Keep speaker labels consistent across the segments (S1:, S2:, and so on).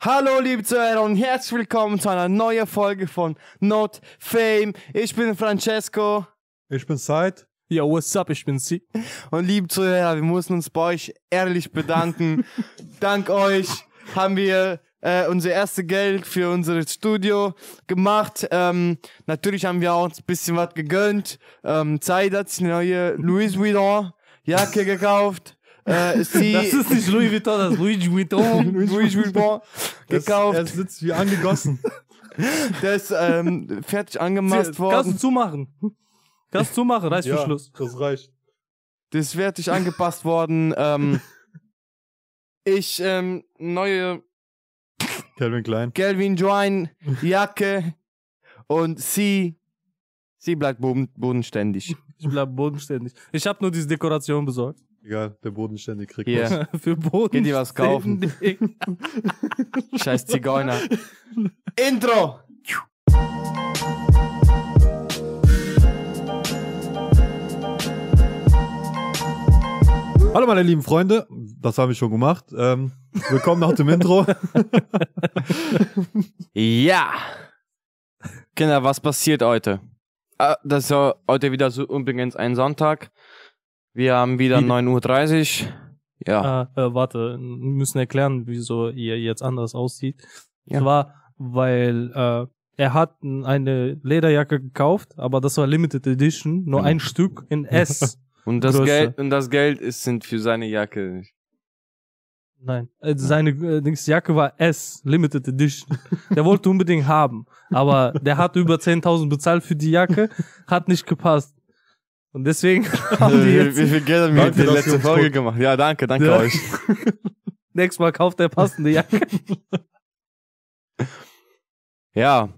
S1: Hallo liebe Zuhörer und herzlich willkommen zu einer neuen Folge von Not Fame. Ich bin Francesco
S2: Ich bin Said.
S3: Yo, what's up? Ich bin Sie.
S1: und liebe Zuhörer, wir müssen uns bei euch ehrlich bedanken. Dank euch haben wir äh, unser erstes Geld für unser Studio gemacht. Ähm, natürlich haben wir auch uns ein bisschen was gegönnt. Ähm, Zeit hat sich eine neue Louis Vuitton Jacke gekauft. Äh, sie
S3: Das ist nicht Louis Vuitton, das ist Luigi Vuitton.
S1: Louis Vuitton gekauft.
S2: Er sitzt wie angegossen.
S1: Der ist ähm, fertig angemast
S3: Kannst du
S1: worden.
S3: zumachen. Kannst du zumachen, Reißverschluss.
S2: das reicht.
S1: Der ist fertig angepasst worden. Ähm, ich ähm, neue
S2: Calvin Klein.
S1: Calvin Join Jacke und sie sie bleibt boden, bodenständig.
S3: Ich bleib bodenständig. Ich habe nur diese Dekoration besorgt.
S2: Egal, der bodenständig kriegt
S1: Hier.
S2: was.
S3: Für Boden.
S1: Geht ihr was kaufen? Scheiß Zigeuner. Intro.
S2: Hallo meine lieben Freunde. Das haben wir schon gemacht. Ähm, willkommen nach dem Intro.
S1: Ja. Kinder, was passiert heute? Ah, Das ist ja heute wieder so übrigens ein Sonntag. Wir haben wieder
S3: Wie-
S1: 9.30 Uhr. Ja.
S3: Ah, äh, warte, wir müssen erklären, wieso ihr jetzt anders aussieht.
S1: Ja.
S3: Ja. Zwar, weil äh, er hat n- eine Lederjacke gekauft, aber das war Limited Edition, nur ein Stück in S.
S1: Und das
S3: Größe.
S1: Geld und das Geld ist sind für seine Jacke.
S3: Nein, äh, seine äh, Dings Jacke war S, Limited Edition. Der wollte unbedingt haben, aber der hat über 10.000 bezahlt für die Jacke, hat nicht gepasst. Und deswegen haben die
S1: Äh, Wie, wie
S3: jetzt,
S1: viel Geld haben wir mit
S2: Danke,
S1: der
S2: dass ihr
S1: letzten
S2: uns
S1: Folge
S2: guckt.
S1: gemacht? Ja, danke, danke
S3: Ja.
S1: euch.
S3: nächstes Mal kauft er passende Jacke.
S1: Ja,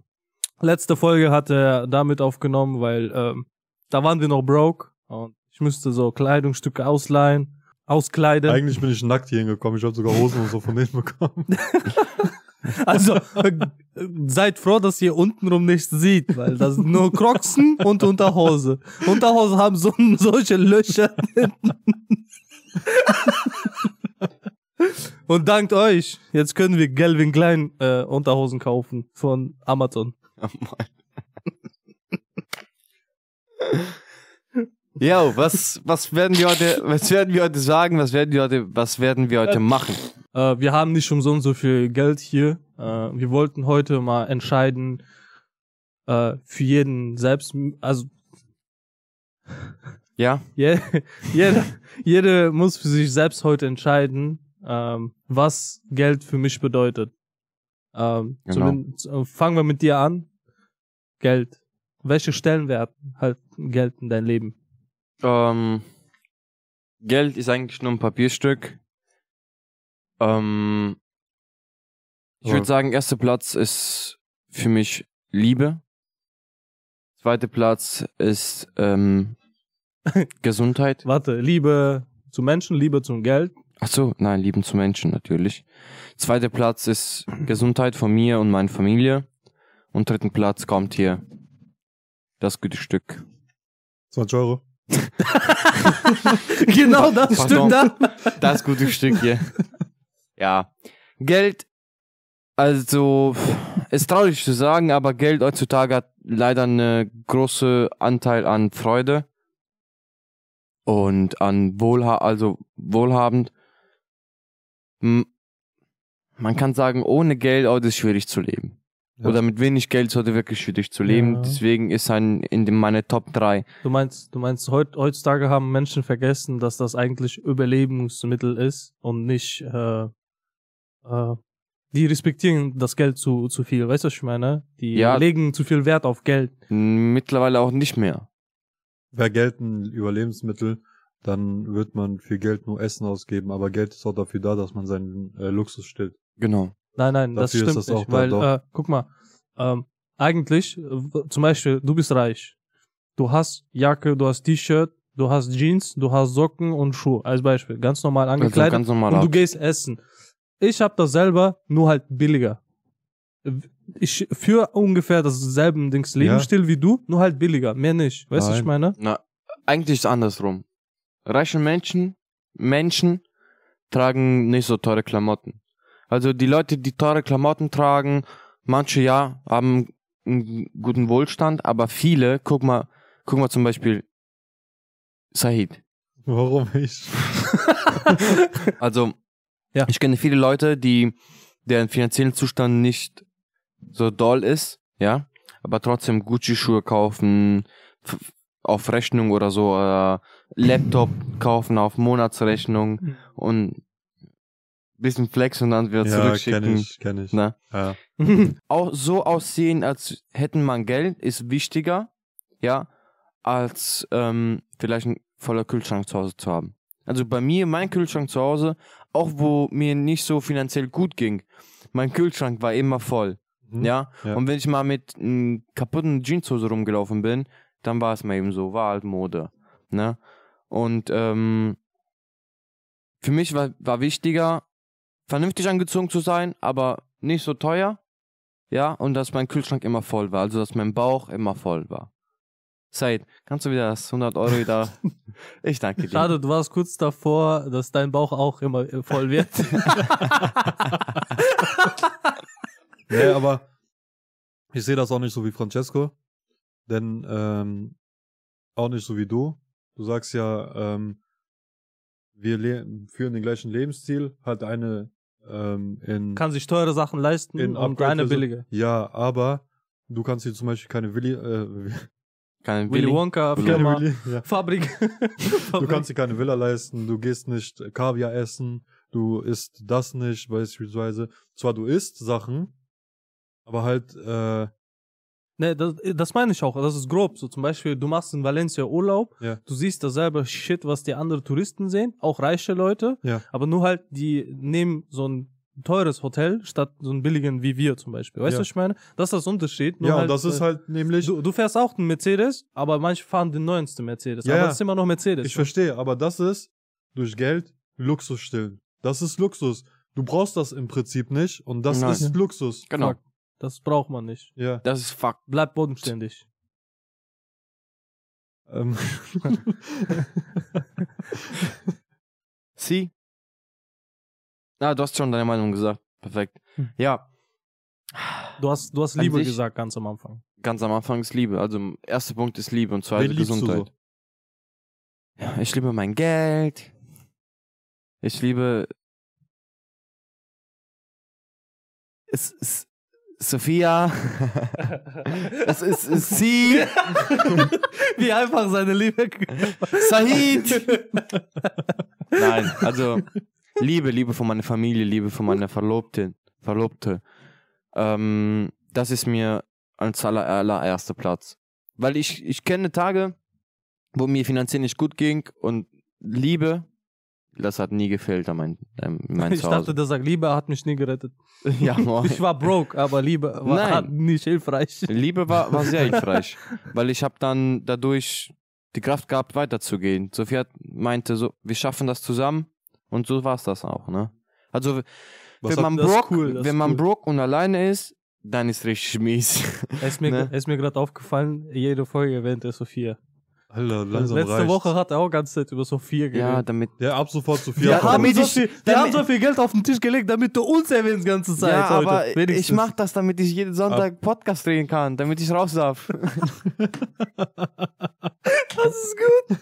S3: Letzte Folge hat er damit aufgenommen, weil ähm, da waren wir noch broke und ich müsste so Kleidungsstücke ausleihen, auskleiden.
S2: Eigentlich bin ich nackt hier hingekommen. Ich habe sogar Hosen und so von denen bekommen.
S3: Also äh, seid froh, dass ihr untenrum nichts sieht, weil das sind nur Croxen und Unterhose. Unterhose haben so, solche Löcher. hinten. und dankt euch, jetzt können wir Galvin Klein äh, Unterhosen kaufen von Amazon.
S1: ja, was was werden wir heute was werden wir heute sagen? Was werden wir heute was werden wir heute machen?
S3: Äh, wir haben nicht umsonst so viel Geld hier. Äh, wir wollten heute mal entscheiden äh, für jeden selbst, also
S1: Ja,
S3: Je- jeder, jeder muss für sich selbst heute entscheiden, ähm, was Geld für mich bedeutet. Ähm,
S1: Genau.
S3: zumindest, äh, fangen wir mit dir an. Geld. Welche Stellenwert hat Geld in dein Leben?
S1: ähm, Geld ist eigentlich nur ein Papierstück. Ähm, ich
S2: Aber-
S1: würde sagen, erster Platz ist für mich Liebe. Zweiter Platz ist ähm, Gesundheit.
S3: Warte, Liebe zu Menschen, Liebe zum Geld.
S1: Ach so, nein, Lieben zu Menschen natürlich. Zweiter Platz ist Gesundheit von mir und meiner Familie. Und dritten Platz kommt hier das gute Stück.
S2: 20 Euro.
S3: genau das
S1: Pardon.
S3: stimmt da.
S1: Das gute Stück hier. Ja. Geld, also, ist traurig zu sagen, aber Geld heutzutage hat leider einen großen Anteil an Freude und an Wohlha also wohlhabend. M- Man kann sagen, ohne Geld heute ist es schwierig zu leben.
S2: Ja.
S1: Oder mit wenig Geld ist heute wirklich schwierig zu leben.
S3: Ja.
S1: Deswegen ist ein in dem meine Top 3.
S3: Du meinst, du meinst, heut, heutzutage haben Menschen vergessen, dass das eigentlich Überlebensmittel ist und nicht, äh, äh, die respektieren das Geld zu, zu viel. Weißt du, was ich meine? Die
S1: Ja.
S3: legen zu viel Wert auf Geld.
S1: Mittlerweile auch nicht mehr.
S2: Wäre Geld ein Überlebensmittel, dann wird man für Geld nur Essen ausgeben. Aber Geld ist auch dafür da, dass man seinen äh, Luxus stillt.
S1: Genau.
S3: Nein, nein, das
S2: Dafür ist
S3: stimmt
S2: das auch
S3: nicht,
S2: da,
S3: weil,
S2: doch.
S3: äh, guck mal, ähm, eigentlich, äh, w- zum Beispiel, du bist reich. Du hast Jacke, du hast T-Shirt, du hast Jeans, du hast Socken und Schuhe, als Beispiel. Ganz normal
S1: Also
S3: angekleidet.
S1: ganz normal.
S3: und du
S1: ab.
S3: gehst essen. Ich habe das selber, nur halt billiger. Ich führe ungefähr dasselben Dings Lebensstil wie du, nur halt billiger, mehr nicht. Weißt du, was ich meine?
S1: Na, eigentlich ist es andersrum. Reiche Menschen, Menschen tragen nicht so teure Klamotten. Also die Leute, die teure Klamotten tragen, manche ja, haben einen guten Wohlstand, aber viele, guck mal, guck mal zum Beispiel Sahid.
S2: Warum ich?
S1: Also
S3: Ja.
S1: ich kenne viele Leute, die deren finanziellen Zustand nicht so doll ist, ja, aber trotzdem Gucci-Schuhe kaufen f- auf Rechnung oder so, äh, Laptop kaufen auf Monatsrechnung und bisschen flex und dann wieder
S2: Ja, kenne
S1: zurückschicken.
S2: ich, kenne ich.
S1: Ne?
S2: Ja.
S1: Au- so aussehen, als hätten man Geld, ist wichtiger, ja, als ähm, vielleicht ein voller Kühlschrank zu Hause zu haben. Also bei mir, mein Kühlschrank zu Hause, auch wo mir nicht so finanziell gut ging, mein Kühlschrank war immer voll,
S3: Hm?
S2: Mhm.
S1: ja?
S2: Ja.
S1: Und wenn ich mal mit einer kaputten Jeanshose rumgelaufen bin, dann war es mal eben so, war halt Mode, ne? Und ähm, für mich war, war wichtiger, vernünftig angezogen zu sein, aber nicht so teuer. Ja, und dass mein Kühlschrank immer voll war, also dass mein Bauch immer voll war. Said, kannst du wieder das 100 Euro wieder? Ich danke dir.
S3: Schade, du warst kurz davor, dass dein Bauch auch immer äh, voll wird.
S2: Nee, aber ich sehe das auch nicht so wie Francesco. Denn ähm, auch nicht so wie du. Du sagst ja, ähm, wir le- führen den gleichen Lebensstil, hat eine ähm, in,
S3: Kann sich teure Sachen leisten
S2: in
S3: und
S2: Upgrade-
S3: eine billige.
S2: Ja, aber du kannst dir zum Beispiel keine Willi, äh,
S1: Kein
S3: Willy
S1: Willi.
S3: Wonka,
S2: keine
S3: Firma,
S2: Willi ja.
S3: Fabrik.
S2: Du kannst dir keine Villa leisten, du gehst nicht Kaviar essen, du isst das nicht, beispielsweise. Zwar du isst Sachen, aber halt, äh,
S3: Ne, das, das meine ich auch. Das ist grob. So zum Beispiel, du machst in Valencia Urlaub,
S2: Ja.
S3: du siehst da selber Shit, was die anderen Touristen sehen, auch reiche Leute,
S2: Ja.
S3: aber nur halt, die nehmen so ein teures Hotel statt so einen billigen wie wir zum Beispiel. Weißt du,
S2: Ja.
S3: was ich meine? Das ist das Unterschied. Nur
S2: ja, und das ist
S3: äh,
S2: halt nämlich,
S3: Du, du fährst auch einen Mercedes, aber manche fahren den neuesten Mercedes.
S2: Ja,
S3: aber
S2: ja.
S3: es ist immer noch Mercedes.
S2: ich verstehe, aber das ist durch Geld Luxus stillen. Das ist Luxus. Du brauchst das im Prinzip nicht und das
S1: Nein.
S2: ist Luxus.
S1: Genau.
S3: Fuck. Das braucht man nicht.
S2: Ja.
S1: Das ist fuck.
S3: Bleib bodenständig.
S2: Ähm,
S1: Sie? Na, du hast schon deine Meinung gesagt. Perfekt.
S3: Hm.
S1: Ja,
S3: Du hast, du hast
S1: An
S3: Liebe
S1: sich-
S3: gesagt ganz am Anfang.
S1: ganz am Anfang ist Liebe. Also, erster Punkt ist Liebe und zweite
S2: wen liebst du
S1: Gesundheit.
S2: so?
S1: Ja, ich liebe mein Geld. Ich liebe. Es ist Sophia. es ist es ist sie.
S3: Wie einfach seine Liebe.
S1: Sahid. Nein, also Liebe, Liebe von meiner Familie, Liebe von meiner Verlobten, Verlobte. Ähm, das ist mir als aller, allererster Platz. Weil ich, ich kenne Tage, wo mir finanziell nicht gut ging und Liebe, das hat nie gefehlt an mein, an mein
S3: Ich dachte,
S1: Zuhause.
S3: der sagt, Liebe hat mich nie gerettet.
S1: ja, moin.
S3: Ich war broke, aber Liebe war
S1: Nein.
S3: hat nicht hilfreich.
S1: Liebe war, war sehr hilfreich, weil ich habe dann dadurch die Kraft gehabt, weiterzugehen. Sophia meinte so, wir schaffen das zusammen und so war es das auch, ne? Also, wenn
S2: Was hat,
S1: man,
S3: das ist
S1: broke,
S3: cool, das ist
S1: wenn man
S3: cool.
S1: broke und alleine ist, dann ist richtig mies.
S3: Es ist mir,
S1: Ne?
S3: es ist mir gerade aufgefallen, jede Folge erwähnt er Sophia.
S2: Alter, langsam
S3: Letzte
S2: reicht's.
S3: Woche hat er auch ganze Zeit über Sophia
S1: ja,
S3: geredet.
S1: damit.
S2: Ja, ab sofort zu viel.
S3: wir
S1: Ja,
S3: haben,
S1: damit
S3: so
S1: ich-
S3: viel, wir
S1: damit-
S3: haben so viel Geld auf den Tisch gelegt, damit du uns erwähnst die ganze Zeit.
S1: ja,
S3: heute.
S1: aber ich
S3: Wenigstens.
S1: mach das, damit ich jeden Sonntag Podcast drehen kann, damit ich raus darf.
S3: Das ist gut.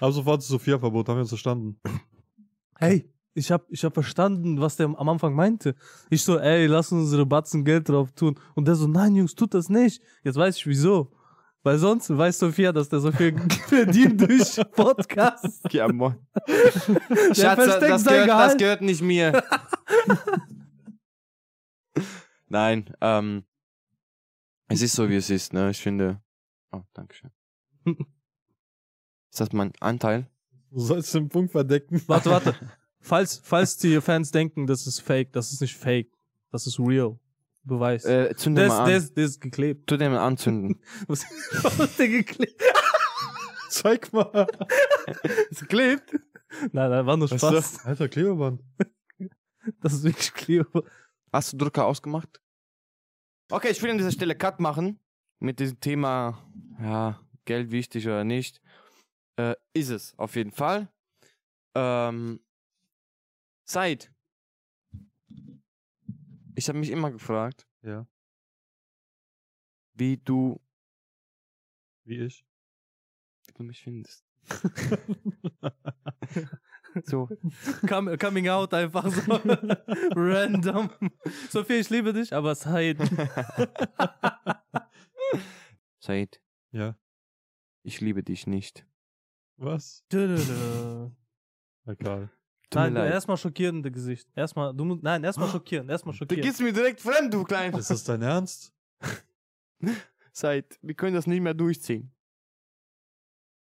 S2: Ab sofort zu Sophia-Verbot, haben wir uns verstanden.
S3: Hey, ich hab, ich hab verstanden, was der am Anfang meinte. Ich so, ey, lass unsere Batzen Geld drauf tun. Und der so, nein, Jungs, tut das nicht. Jetzt weiß ich wieso. Weil sonst weiß Sophia, dass der so viel verdient durch Podcast.
S1: ja, moin.
S3: Der
S1: Schatz, das,
S3: versteckt
S1: das,
S3: sein
S1: gehört, das
S3: Gehalt.
S1: gehört nicht mir. Nein, ähm, es ist so, wie es ist, ne? Ich finde. Oh, dankeschön. Ist das mein Anteil?
S2: Du sollst den Punkt verdecken.
S3: Warte, warte. Falls, falls die Fans denken, das ist fake, das ist nicht fake. Das ist real. Beweis.
S1: Äh, zünde
S3: der, ist,
S1: mal an.
S3: der, ist, der ist geklebt.
S1: Tu den mal anzünden.
S3: Was ist der geklebt?
S2: Zeig mal.
S1: es klebt.
S3: Nein, nein, war nur
S2: Was
S3: Spaß.
S2: Alter, Klebeband.
S3: Das ist wirklich Kleber.
S1: Hast du Drücker ausgemacht? Okay, ich will an dieser Stelle Cut machen. Mit diesem Thema, ja, Geld wichtig oder nicht. Äh, ist es, auf jeden Fall. Ähm, Zeit. Ich habe mich immer gefragt,
S2: Ja.
S1: wie du,
S2: Wie ich.
S1: wie du mich findest. so,
S3: Com coming out einfach so random. Sophie, ich liebe dich, aber Said.
S1: Said,
S2: Ja.
S1: ich liebe dich nicht.
S2: Was?
S3: Dö, dö, dö.
S2: Egal.
S1: Tut
S3: Nein,
S1: mir leid. Oh.
S3: erstmal schockierende Gesicht. Erstmal, du musst, nein, erstmal schockieren, erstmal
S1: Du
S3: schockieren.
S1: gehst mir direkt fremd, du Klein.
S2: Ist das dein Ernst?
S1: Said, wir können das nicht mehr durchziehen.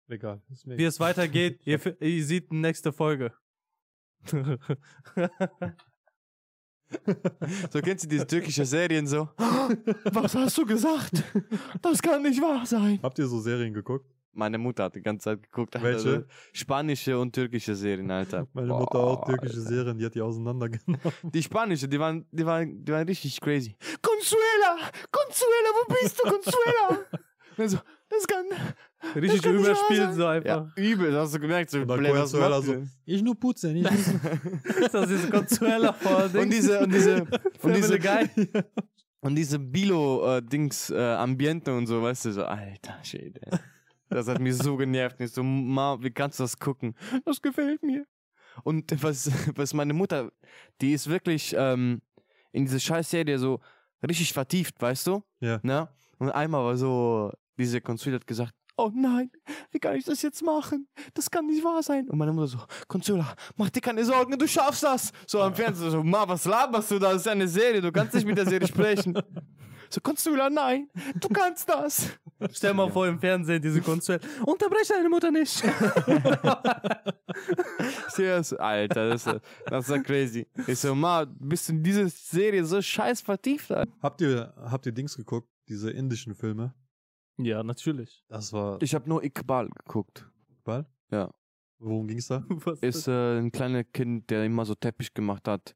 S2: Egal. Ist mir
S3: Wie es weitergeht, ihr, f- ihr seht die nächste Folge.
S1: So kennst du diese türkische Serien so. Was hast du gesagt? Das kann nicht wahr sein.
S2: Habt ihr so Serien geguckt?
S1: Meine Mutter hat die ganze Zeit geguckt. Alter.
S2: Welche?
S1: Spanische und türkische Serien, Alter.
S2: Meine
S1: Boah,
S2: Mutter auch türkische
S1: Alter.
S2: Serien, die hat die auseinandergenommen.
S1: Die spanische, die waren, die waren, die waren richtig crazy. Consuela! Consuela, wo bist du, Consuela? Und so, Also, das kann.
S3: Richtig
S1: kann nicht wahr
S3: überspielt
S1: sein.
S3: so einfach.
S1: Ja, übel, das hast du gemerkt. So,
S2: Und dann
S1: Blair, was
S2: Consuela
S1: macht
S2: so,
S1: ihr?
S2: ich nur putzen, ich nur
S3: Das ist Consuela vor
S1: und diese, und diese, und diese,
S3: Guy.
S1: und diese Bilo-Dings, äh, Ambiente und so, weißt du, so, alter Shit, ey. Das hat mich so genervt. Ich so, Ma, wie kannst du das gucken? Das gefällt mir. Und was, was meine Mutter, die ist wirklich ähm, in diese Scheißserie so richtig vertieft, weißt du?
S2: Ja.
S1: Ne? Und einmal war so, diese Consuela hat gesagt, oh nein, wie kann ich das jetzt machen? Das kann nicht wahr sein. Und meine Mutter so, Consuela, mach dir keine Sorgen, du schaffst das. So am Fernsehen so, Ma, was laberst du da? Das ist ja eine Serie, du kannst nicht mit der Serie sprechen. So, Consuela, nein, du kannst das.
S3: Stell mal vor im Fernsehen diese Consuela. Unterbreche deine Mutter nicht.
S1: Serious, Alter, das ist, das ist ja crazy. Ich so, Ma, bist du in diese Serie so scheiß vertieft, Alter.
S2: Habt ihr, habt ihr Dings geguckt? Diese indischen Filme?
S3: Ja, natürlich.
S2: Das war
S1: Ich habe nur Iqbal geguckt.
S2: Ball?
S1: Ja.
S2: Worum ging's da?
S3: Was
S1: Ist äh, ein kleines Kind, der immer so Teppich gemacht hat.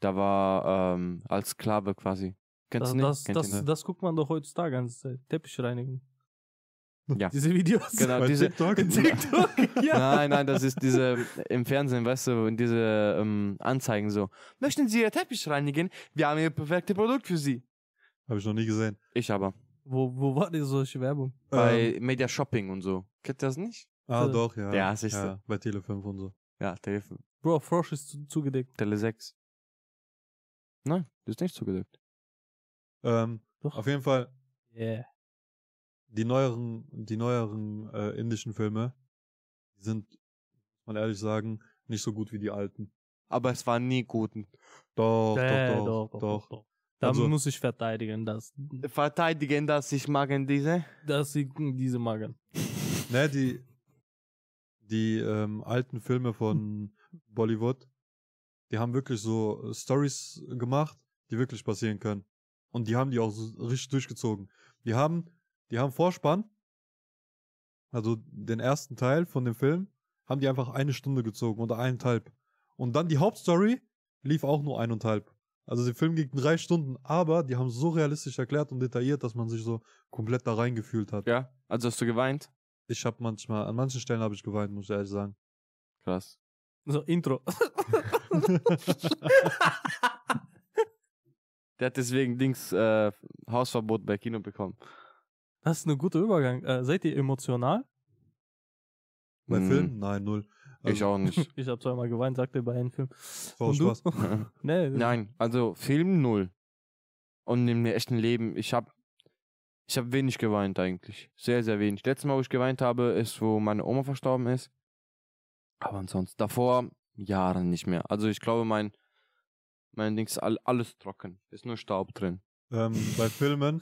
S1: Da war ähm, als Sklave quasi. Kennst
S3: das,
S1: du nicht?
S3: Also das,
S1: Kennt ihr
S3: das, das,
S1: nicht?
S3: guckt man doch heutzutage ganze Zeit. Teppich reinigen.
S1: Ja.
S3: Diese Videos.
S1: Genau,
S2: Bei
S1: diese,
S2: TikTok?
S3: TikTok. Ja.
S1: Nein, nein, das ist diese äh, im Fernsehen, weißt du, in diese ähm, Anzeigen so. Möchten Sie Ihr Teppich reinigen? Wir haben Ihr perfektes Produkt für Sie.
S2: Habe ich noch nie gesehen.
S1: Ich aber.
S3: Wo, wo war denn solche Werbung?
S1: Bei
S2: Ähm,
S1: Media Shopping und so. Kennt ihr das nicht?
S2: ah, doch, ja.
S1: Ja, siehste.
S2: Ja, bei Tele5 und so.
S1: Ja, Tele,
S3: Bro, Frosch ist zu, zugedeckt.
S1: Tele 6. Nein, das ist nicht zugedeckt.
S2: Ähm,
S3: Doch.
S2: Auf jeden Fall,
S3: Yeah.
S2: die neueren, die neueren äh, indischen Filme die sind, muss man ehrlich sagen, nicht so gut wie die alten.
S1: Aber es waren nie guten.
S2: Doch,
S3: Äh,
S2: doch, doch, doch,
S3: Da
S2: Also-
S3: muss ich verteidigen, dass,
S1: Verteidigen, dass ich mag in diese.
S3: dass sie diese magen.
S2: Ne, die, die ähm, alten Filme von Bollywood, die haben wirklich so äh, Stories gemacht, die wirklich passieren können. Und die haben die auch so richtig durchgezogen. Die haben, die haben Vorspann, also den ersten Teil von dem Film, haben die einfach eine Stunde gezogen oder eineinhalb. Und dann die Hauptstory lief auch nur eineinhalb. Also der Film ging drei Stunden, aber die haben so realistisch erklärt und detailliert, dass man sich so komplett da reingefühlt hat.
S1: Ja, also hast du geweint?
S2: Ich habe manchmal, an manchen Stellen habe ich geweint, muss ich ehrlich sagen.
S1: Krass.
S3: So, Intro.
S1: Der hat deswegen Dings äh, Hausverbot bei Kino bekommen.
S3: Das ist ein guter Übergang. Äh, seid ihr emotional?
S2: Bei
S1: Mhm.
S2: Filmen? Also. Nein, null.
S1: Ich auch nicht.
S3: Ich habe zweimal geweint, sagt er bei einem Film.
S2: Das war auch
S3: Und du?
S2: Spaß.
S3: Nee,
S1: Nein, also Film null. Und im echten Leben, ich habe ich hab wenig geweint eigentlich. Sehr, sehr wenig. Letztes Mal, wo ich geweint habe, ist, wo meine Oma verstorben ist. Aber ansonsten, davor Jahre nicht mehr. Also ich glaube, mein, mein Ding ist all, alles trocken. Ist nur Staub drin.
S2: Ähm, bei Filmen,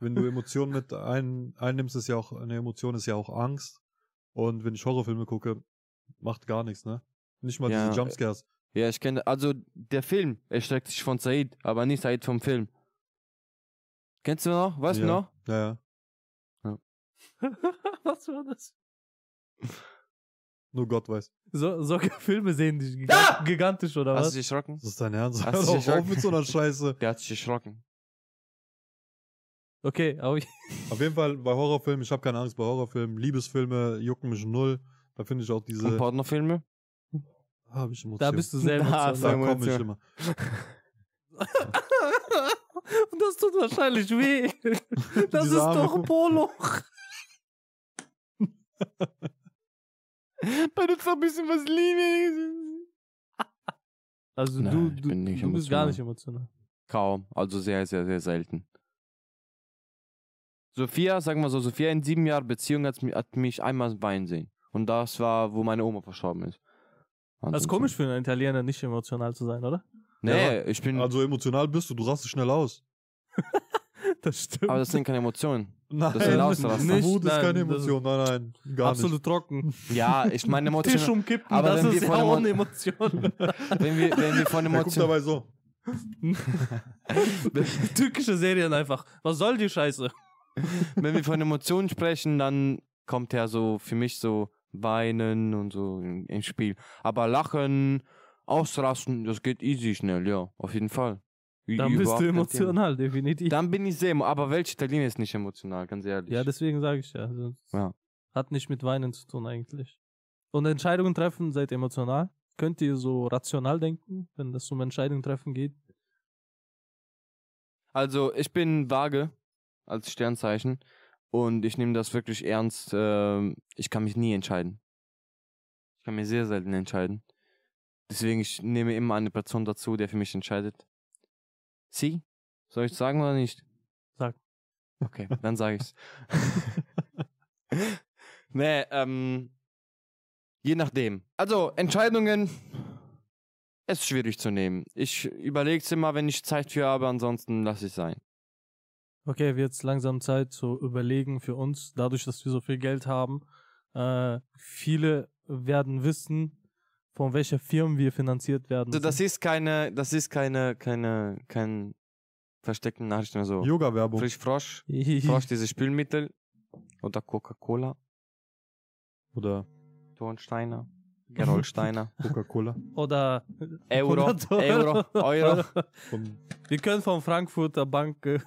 S2: wenn du Emotionen mit ein, einnimmst, ist ja auch, eine Emotion ist ja auch Angst. Und wenn ich Horrorfilme gucke, macht gar nichts, ne? Nicht mal
S1: Ja.
S2: diese Jumpscares.
S1: Ja, ich kenne, also der Film erstreckt sich von Said, aber nicht Said vom Film. Kennst du noch? Weißt
S2: Ja.
S1: du noch?
S2: Ja, ja.
S3: Was war das?
S2: Nur Gott weiß.
S3: So, solche Filme sehen dich giga-
S1: Ah!
S3: gigantisch, oder
S1: Hast du
S3: was?
S1: dich erschrocken?
S2: Das ist dein Ernst. Hör
S1: Hast du
S2: doch
S1: dich
S2: auf mit so einer Scheiße.
S1: Der hat sich erschrocken.
S3: Okay, aber ich,
S2: Auf jeden Fall bei Horrorfilmen, ich habe keine Angst bei Horrorfilmen. Liebesfilme jucken mich null. Da finde ich auch
S1: Und
S2: diese.
S1: Pornofilme?
S2: Habe ich Emotionen.
S3: da bist du sehr
S1: Da
S3: emotional.
S1: hast du-
S2: da komme
S1: Emotion.
S2: ich immer.
S3: das tut wahrscheinlich weh. Das
S2: Diese
S3: ist
S2: Arme.
S3: doch Polo.
S1: Benutzt doch ein bisschen was Liebe.
S3: Also
S1: Nein,
S3: du,
S1: ich
S3: du,
S1: bin nicht
S3: du bist gar
S1: emotional.
S3: nicht emotional.
S1: Kaum, also sehr, sehr, sehr selten. Sophia, sagen wir so, Sophia in sieben Jahren Beziehung hat, mi- hat mich einmal weinen sehen. Und das war, wo meine Oma verstorben ist.
S3: Das ist
S1: Ansonsten-
S3: komisch für einen Italiener, nicht emotional zu sein, oder?
S1: Nee, ich bin.
S2: Also emotional bist du, du rastest schnell aus.
S3: Das stimmt.
S1: aber das sind keine Emotionen.
S2: Nein,
S1: Das ist ein Ausraster.
S2: nicht, Wut ist
S3: Nein,
S2: keine
S3: das ist-
S2: Emotion, nein, nein, gar
S3: Absolut trocken.
S1: Ja, ich meine
S3: Tisch
S1: Emotionen.
S3: umkippen,
S1: Aber
S3: das
S1: wenn
S3: ist
S1: wir
S3: ja
S1: von
S3: auch
S1: Emo-
S3: eine Emotion.
S1: Wenn wir, wenn wir von
S2: nicht. Er guckt
S1: Emotionen.
S2: dabei so.
S3: Türkische Serien einfach. Was soll die Scheiße?
S1: Wenn wir von Emotionen sprechen, dann kommt ja so für mich so Weinen und so in- ins Spiel. Aber Lachen, Ausrasten, das geht easy schnell, ja, auf jeden Fall. Ü-
S3: Dann bist
S1: überhaupt
S3: du
S1: kein Thema.
S3: emotional, definitiv.
S1: Dann bin ich sehr, emo- aber welche Italiener ist nicht emotional, ganz ehrlich.
S3: Ja, deswegen sage ich ja. Also, es
S1: Ja.
S3: Hat nicht mit Weinen zu tun eigentlich. Und Entscheidungen treffen, seid emotional. Könnt ihr so rational denken, wenn das um Entscheidungen treffen geht?
S1: Also ich bin vage als Sternzeichen und ich nehme das wirklich ernst. ähm, Ich kann mich nie entscheiden. Ich kann mir sehr selten entscheiden. Deswegen ich nehme immer eine Person dazu, der für mich entscheidet. Sie? Soll ich sagen oder nicht?
S3: Sag.
S1: Okay, dann sage ich's. nee, ähm, je nachdem. Also Entscheidungen es ist schwierig zu nehmen. Ich überlege es immer, wenn ich Zeit für habe, ansonsten lasse ich sein.
S3: Okay, wird jetzt langsam Zeit zu überlegen für uns, dadurch, dass wir so viel Geld haben. Äh, viele werden wissen, von welcher Firma wir finanziert werden.
S1: Also das ist keine, das ist keine, keine, kein versteckten Nachricht mehr so.
S2: Yoga-Werbung.
S1: Frisch Frosch, Frosch dieses Spülmittel oder Coca-Cola,
S2: Oder
S1: Tonsteiner, Gerolsteiner,
S2: Coca-Cola.
S3: Oder
S1: Euro,
S3: 100
S1: Euro, Euro.
S2: Von
S3: Wir können von Frankfurter Bank äh,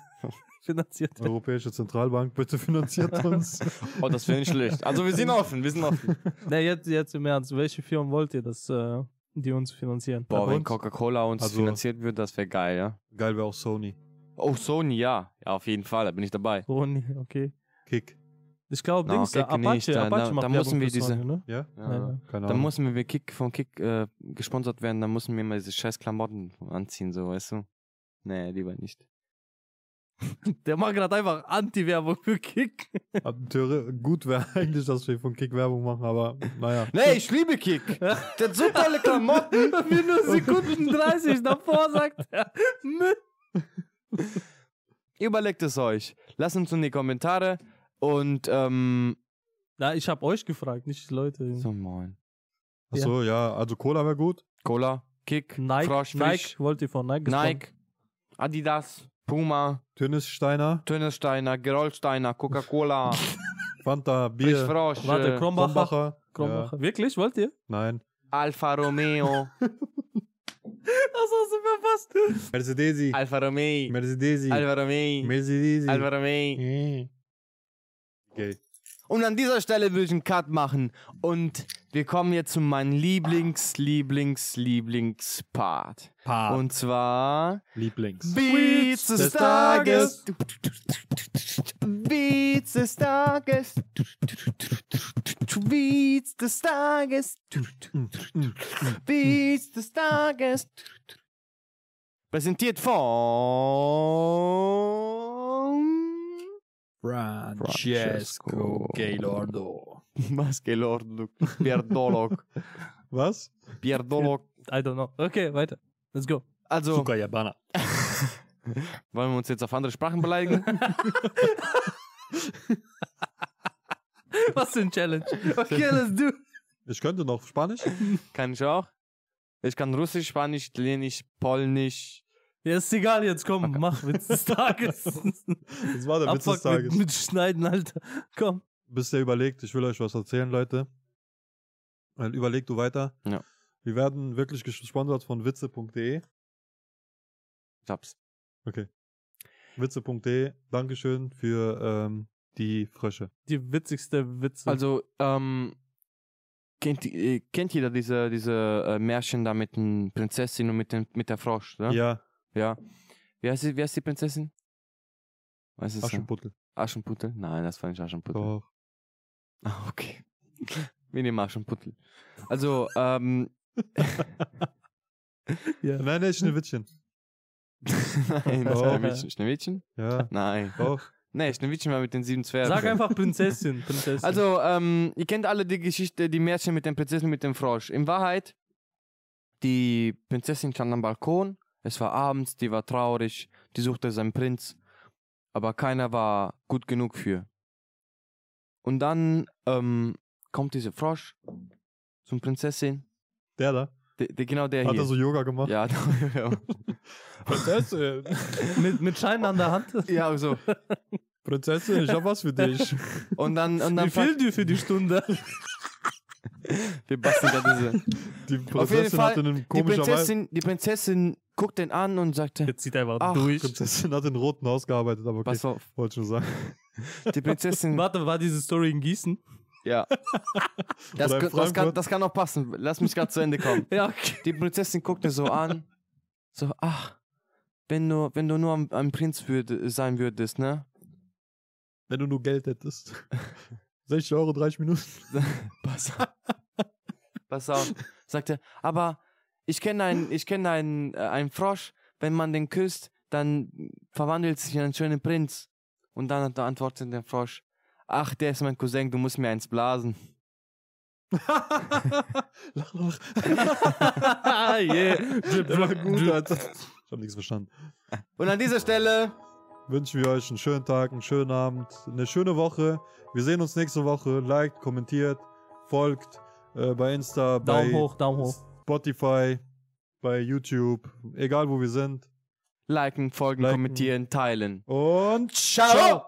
S3: finanziert werden.
S2: Europäische Zentralbank, bitte finanziert uns.
S1: Oh, das finde ich schlecht. Also wir sind offen, wir sind offen.
S3: Na, jetzt, jetzt im Ernst, welche Firmen wollt ihr, dass äh, die uns finanzieren?
S1: Boah,
S2: Bei
S1: wenn
S2: uns?
S1: Coca-Cola uns
S2: Also-
S1: finanziert wird, das wäre geil, ja.
S2: Geil wäre auch Sony.
S1: Oh, Sony, ja. ja. Auf jeden Fall, da bin ich dabei.
S3: Sony, okay.
S2: Kick.
S3: Ich glaube,
S1: Na,
S3: Dings,
S1: okay,
S3: äh, Apache,
S1: nicht, da-
S3: Apache
S1: da-
S3: macht
S1: da müssen
S3: Werbung
S1: wir
S3: für
S1: diese-
S3: Sony, ne?
S2: Ja?
S1: Ja.
S3: Ja.
S2: Keine
S1: Dann
S2: Ahnung.
S1: müssen wir, wenn Kick von Kick äh, gesponsert werden, dann müssen wir mal diese scheiß Klamotten anziehen, so, weißt du? Nee, lieber nicht.
S3: Der macht gerade einfach Anti-Werbung für Kick.
S2: Ab- Theore- Gut wäre eigentlich, dass wir von Kick Werbung machen, aber naja.
S1: Nee, ich liebe Kick. Der hat so tolle Klamotten.
S3: Wenn nur Sekunden 30 davor sagt er, Müll.
S1: Überlegt es euch. Lasst uns in die Kommentare und ähm.
S3: Na, ich habe euch gefragt, nicht die Leute.
S1: So moin.
S2: Achso, ja, also Cola wäre gut.
S1: Cola, Kick,
S3: Nike,
S1: Frosch, Frisch,
S3: Nike, wollt ihr von Nike?
S1: Nike, Adidas, Puma,
S2: Tönnissteiner,
S1: Tönnesteiner, Gerolsteiner, Coca-Cola,
S2: Fanta,
S1: Frisch
S2: Bier,
S1: Frosch,
S3: Warte,
S1: äh,
S3: Krombacher.
S2: Krombacher.
S3: Krombacher. Wirklich, wollt ihr?
S2: Ja, nein.
S1: Alfa Romeo,
S3: Das hast du verpasst.
S2: Mercedes.
S1: Alfa Romeo,
S2: Mercedes.
S1: Alfa Romeo,
S2: Mercedes.
S1: Alfa Romeo.
S2: Okay.
S1: Und an dieser Stelle will ich einen Cut machen. Und wir kommen jetzt zu meinem Lieblings, Lieblings, Lieblingspart.
S2: Part.
S1: Und zwar
S2: Lieblings.
S1: Ah. Beats des
S2: des
S1: Tages. Beats des Tages. Beats des Tages. Beats des Tages. Präsentiert von Francesco
S2: Gaylordo.
S1: Was che lordo. Pierdolog.
S2: Was?
S1: Pierdolog.
S3: I don't know. Okay, weiter. Let's go.
S1: Also,
S2: Sukayabana.
S1: wollen wir uns jetzt auf andere Sprachen beleidigen?
S3: Was für ein Challenge. Okay, let's do.
S2: Ich könnte noch Spanisch.
S1: kann ich auch. Ich kann Russisch, Spanisch, Italienisch, Polnisch.
S3: Ja, ist egal, jetzt komm, mach Witz des Tages.
S2: Das war der Witz des
S3: Abfuck mit,
S2: Tages.
S3: mit Schneiden, Alter. Komm.
S2: Bist ihr überlegt, ich will euch was erzählen, Leute. Dann Überleg du weiter.
S1: Ja.
S2: Wir werden wirklich gesponsert von witze.de.
S1: Ich hab's.
S2: Witze.de. Dankeschön für ähm, die Frösche.
S3: Die witzigste Witze.
S1: Also, ähm, kennt, äh, kennt jeder diese, diese äh, Märchen da mit den Prinzessin und mit, dem, mit der Frosch, ne?
S2: Ja.
S1: ja. Wie, heißt die, wie heißt die Prinzessin? Was ist das?
S2: Aschenputtel. Oh.
S1: Aschenputtel? Nein, das war nicht Aschenputtel.
S2: Doch.
S1: Ah, okay. Wir nehmen Aschenputtel. Also, ähm,
S3: Ja.
S2: Nein, nein, Schneewittchen.
S1: nein, das
S2: Oh.
S1: war Schneewittchen. Schneewittchen?
S2: Ja,
S1: Nein.
S2: doch.
S1: Nee, Schneewittchen war mit den sieben Zwergen.
S3: Sag einfach Prinzessin. Prinzessin.
S1: Also, ähm, ihr kennt alle die Geschichte, die Märchen mit den Prinzessinnen mit dem Frosch. In Wahrheit, die Prinzessin stand am Balkon. Es war abends, die war traurig, die suchte seinen Prinz. Aber keiner war gut genug für. Und dann ähm, kommt dieser Frosch zum Prinzessin.
S2: Der da.
S1: Der, der, genau der
S2: Hat
S1: hier.
S2: er so Yoga gemacht?
S1: ja,
S2: Prinzessin,
S3: mit, mit Scheinen an der Hand.
S1: ja, so.
S2: Prinzessin, ich hab was für dich.
S1: Und dann, und
S3: Wie
S1: dann
S3: viel dir für die Stunde?
S1: wir basteln da diese.
S2: Die
S1: Auf jeden
S2: Prinzessin
S1: Fall,
S2: hat in einem
S1: die
S2: komischen
S1: Prinzessin, die Prinzessin guckt den an und sagte,
S3: Jetzt zieht er einfach
S1: Ach,
S3: durch.
S2: Prinzessin hat in roten Haus gearbeitet, aber okay,
S1: pass auf,
S2: wollte ich nur sagen.
S1: Die Prinzessin.
S3: Warte, war diese Story in Gießen?
S1: ja. Das, kann- das,
S2: Oder in
S1: kann,
S2: Frankfurt.
S1: das kann auch passen. Lass mich gerade zu Ende kommen.
S3: Ja, okay.
S1: Die Prinzessin guckte so an. So, ach, wenn du, wenn du nur ein, ein Prinz würd, sein würdest, ne?
S2: Wenn du nur Geld hättest. 60 Euro, 30 Minuten.
S1: Pass auf. Pass auf. Sagte, aber ich kenne einen, ich kenne einen, äh, einen Frosch. Wenn man den küsst, dann verwandelt sich in einen schönen Prinz. Und dann hat- antwortet der Frosch, ach, der ist mein Cousin, du musst mir eins blasen.
S2: Lach, lach.
S3: Ah, yeah. Drip,
S2: Der war
S3: drip,
S2: gut,
S3: drip.
S2: Alter. Ich hab nichts verstanden.
S1: Und an dieser Stelle
S2: Wünschen wir euch einen schönen Tag, einen schönen Abend, eine schöne Woche. Wir sehen uns nächste Woche. Liked, kommentiert, folgt äh, bei Insta,
S3: Daumen
S2: bei
S3: hoch, Daumen hoch.
S2: Spotify, bei YouTube, egal wo wir sind.
S1: liken, folgen,
S2: Liken.
S1: kommentieren, teilen.
S2: Und
S1: Ciao!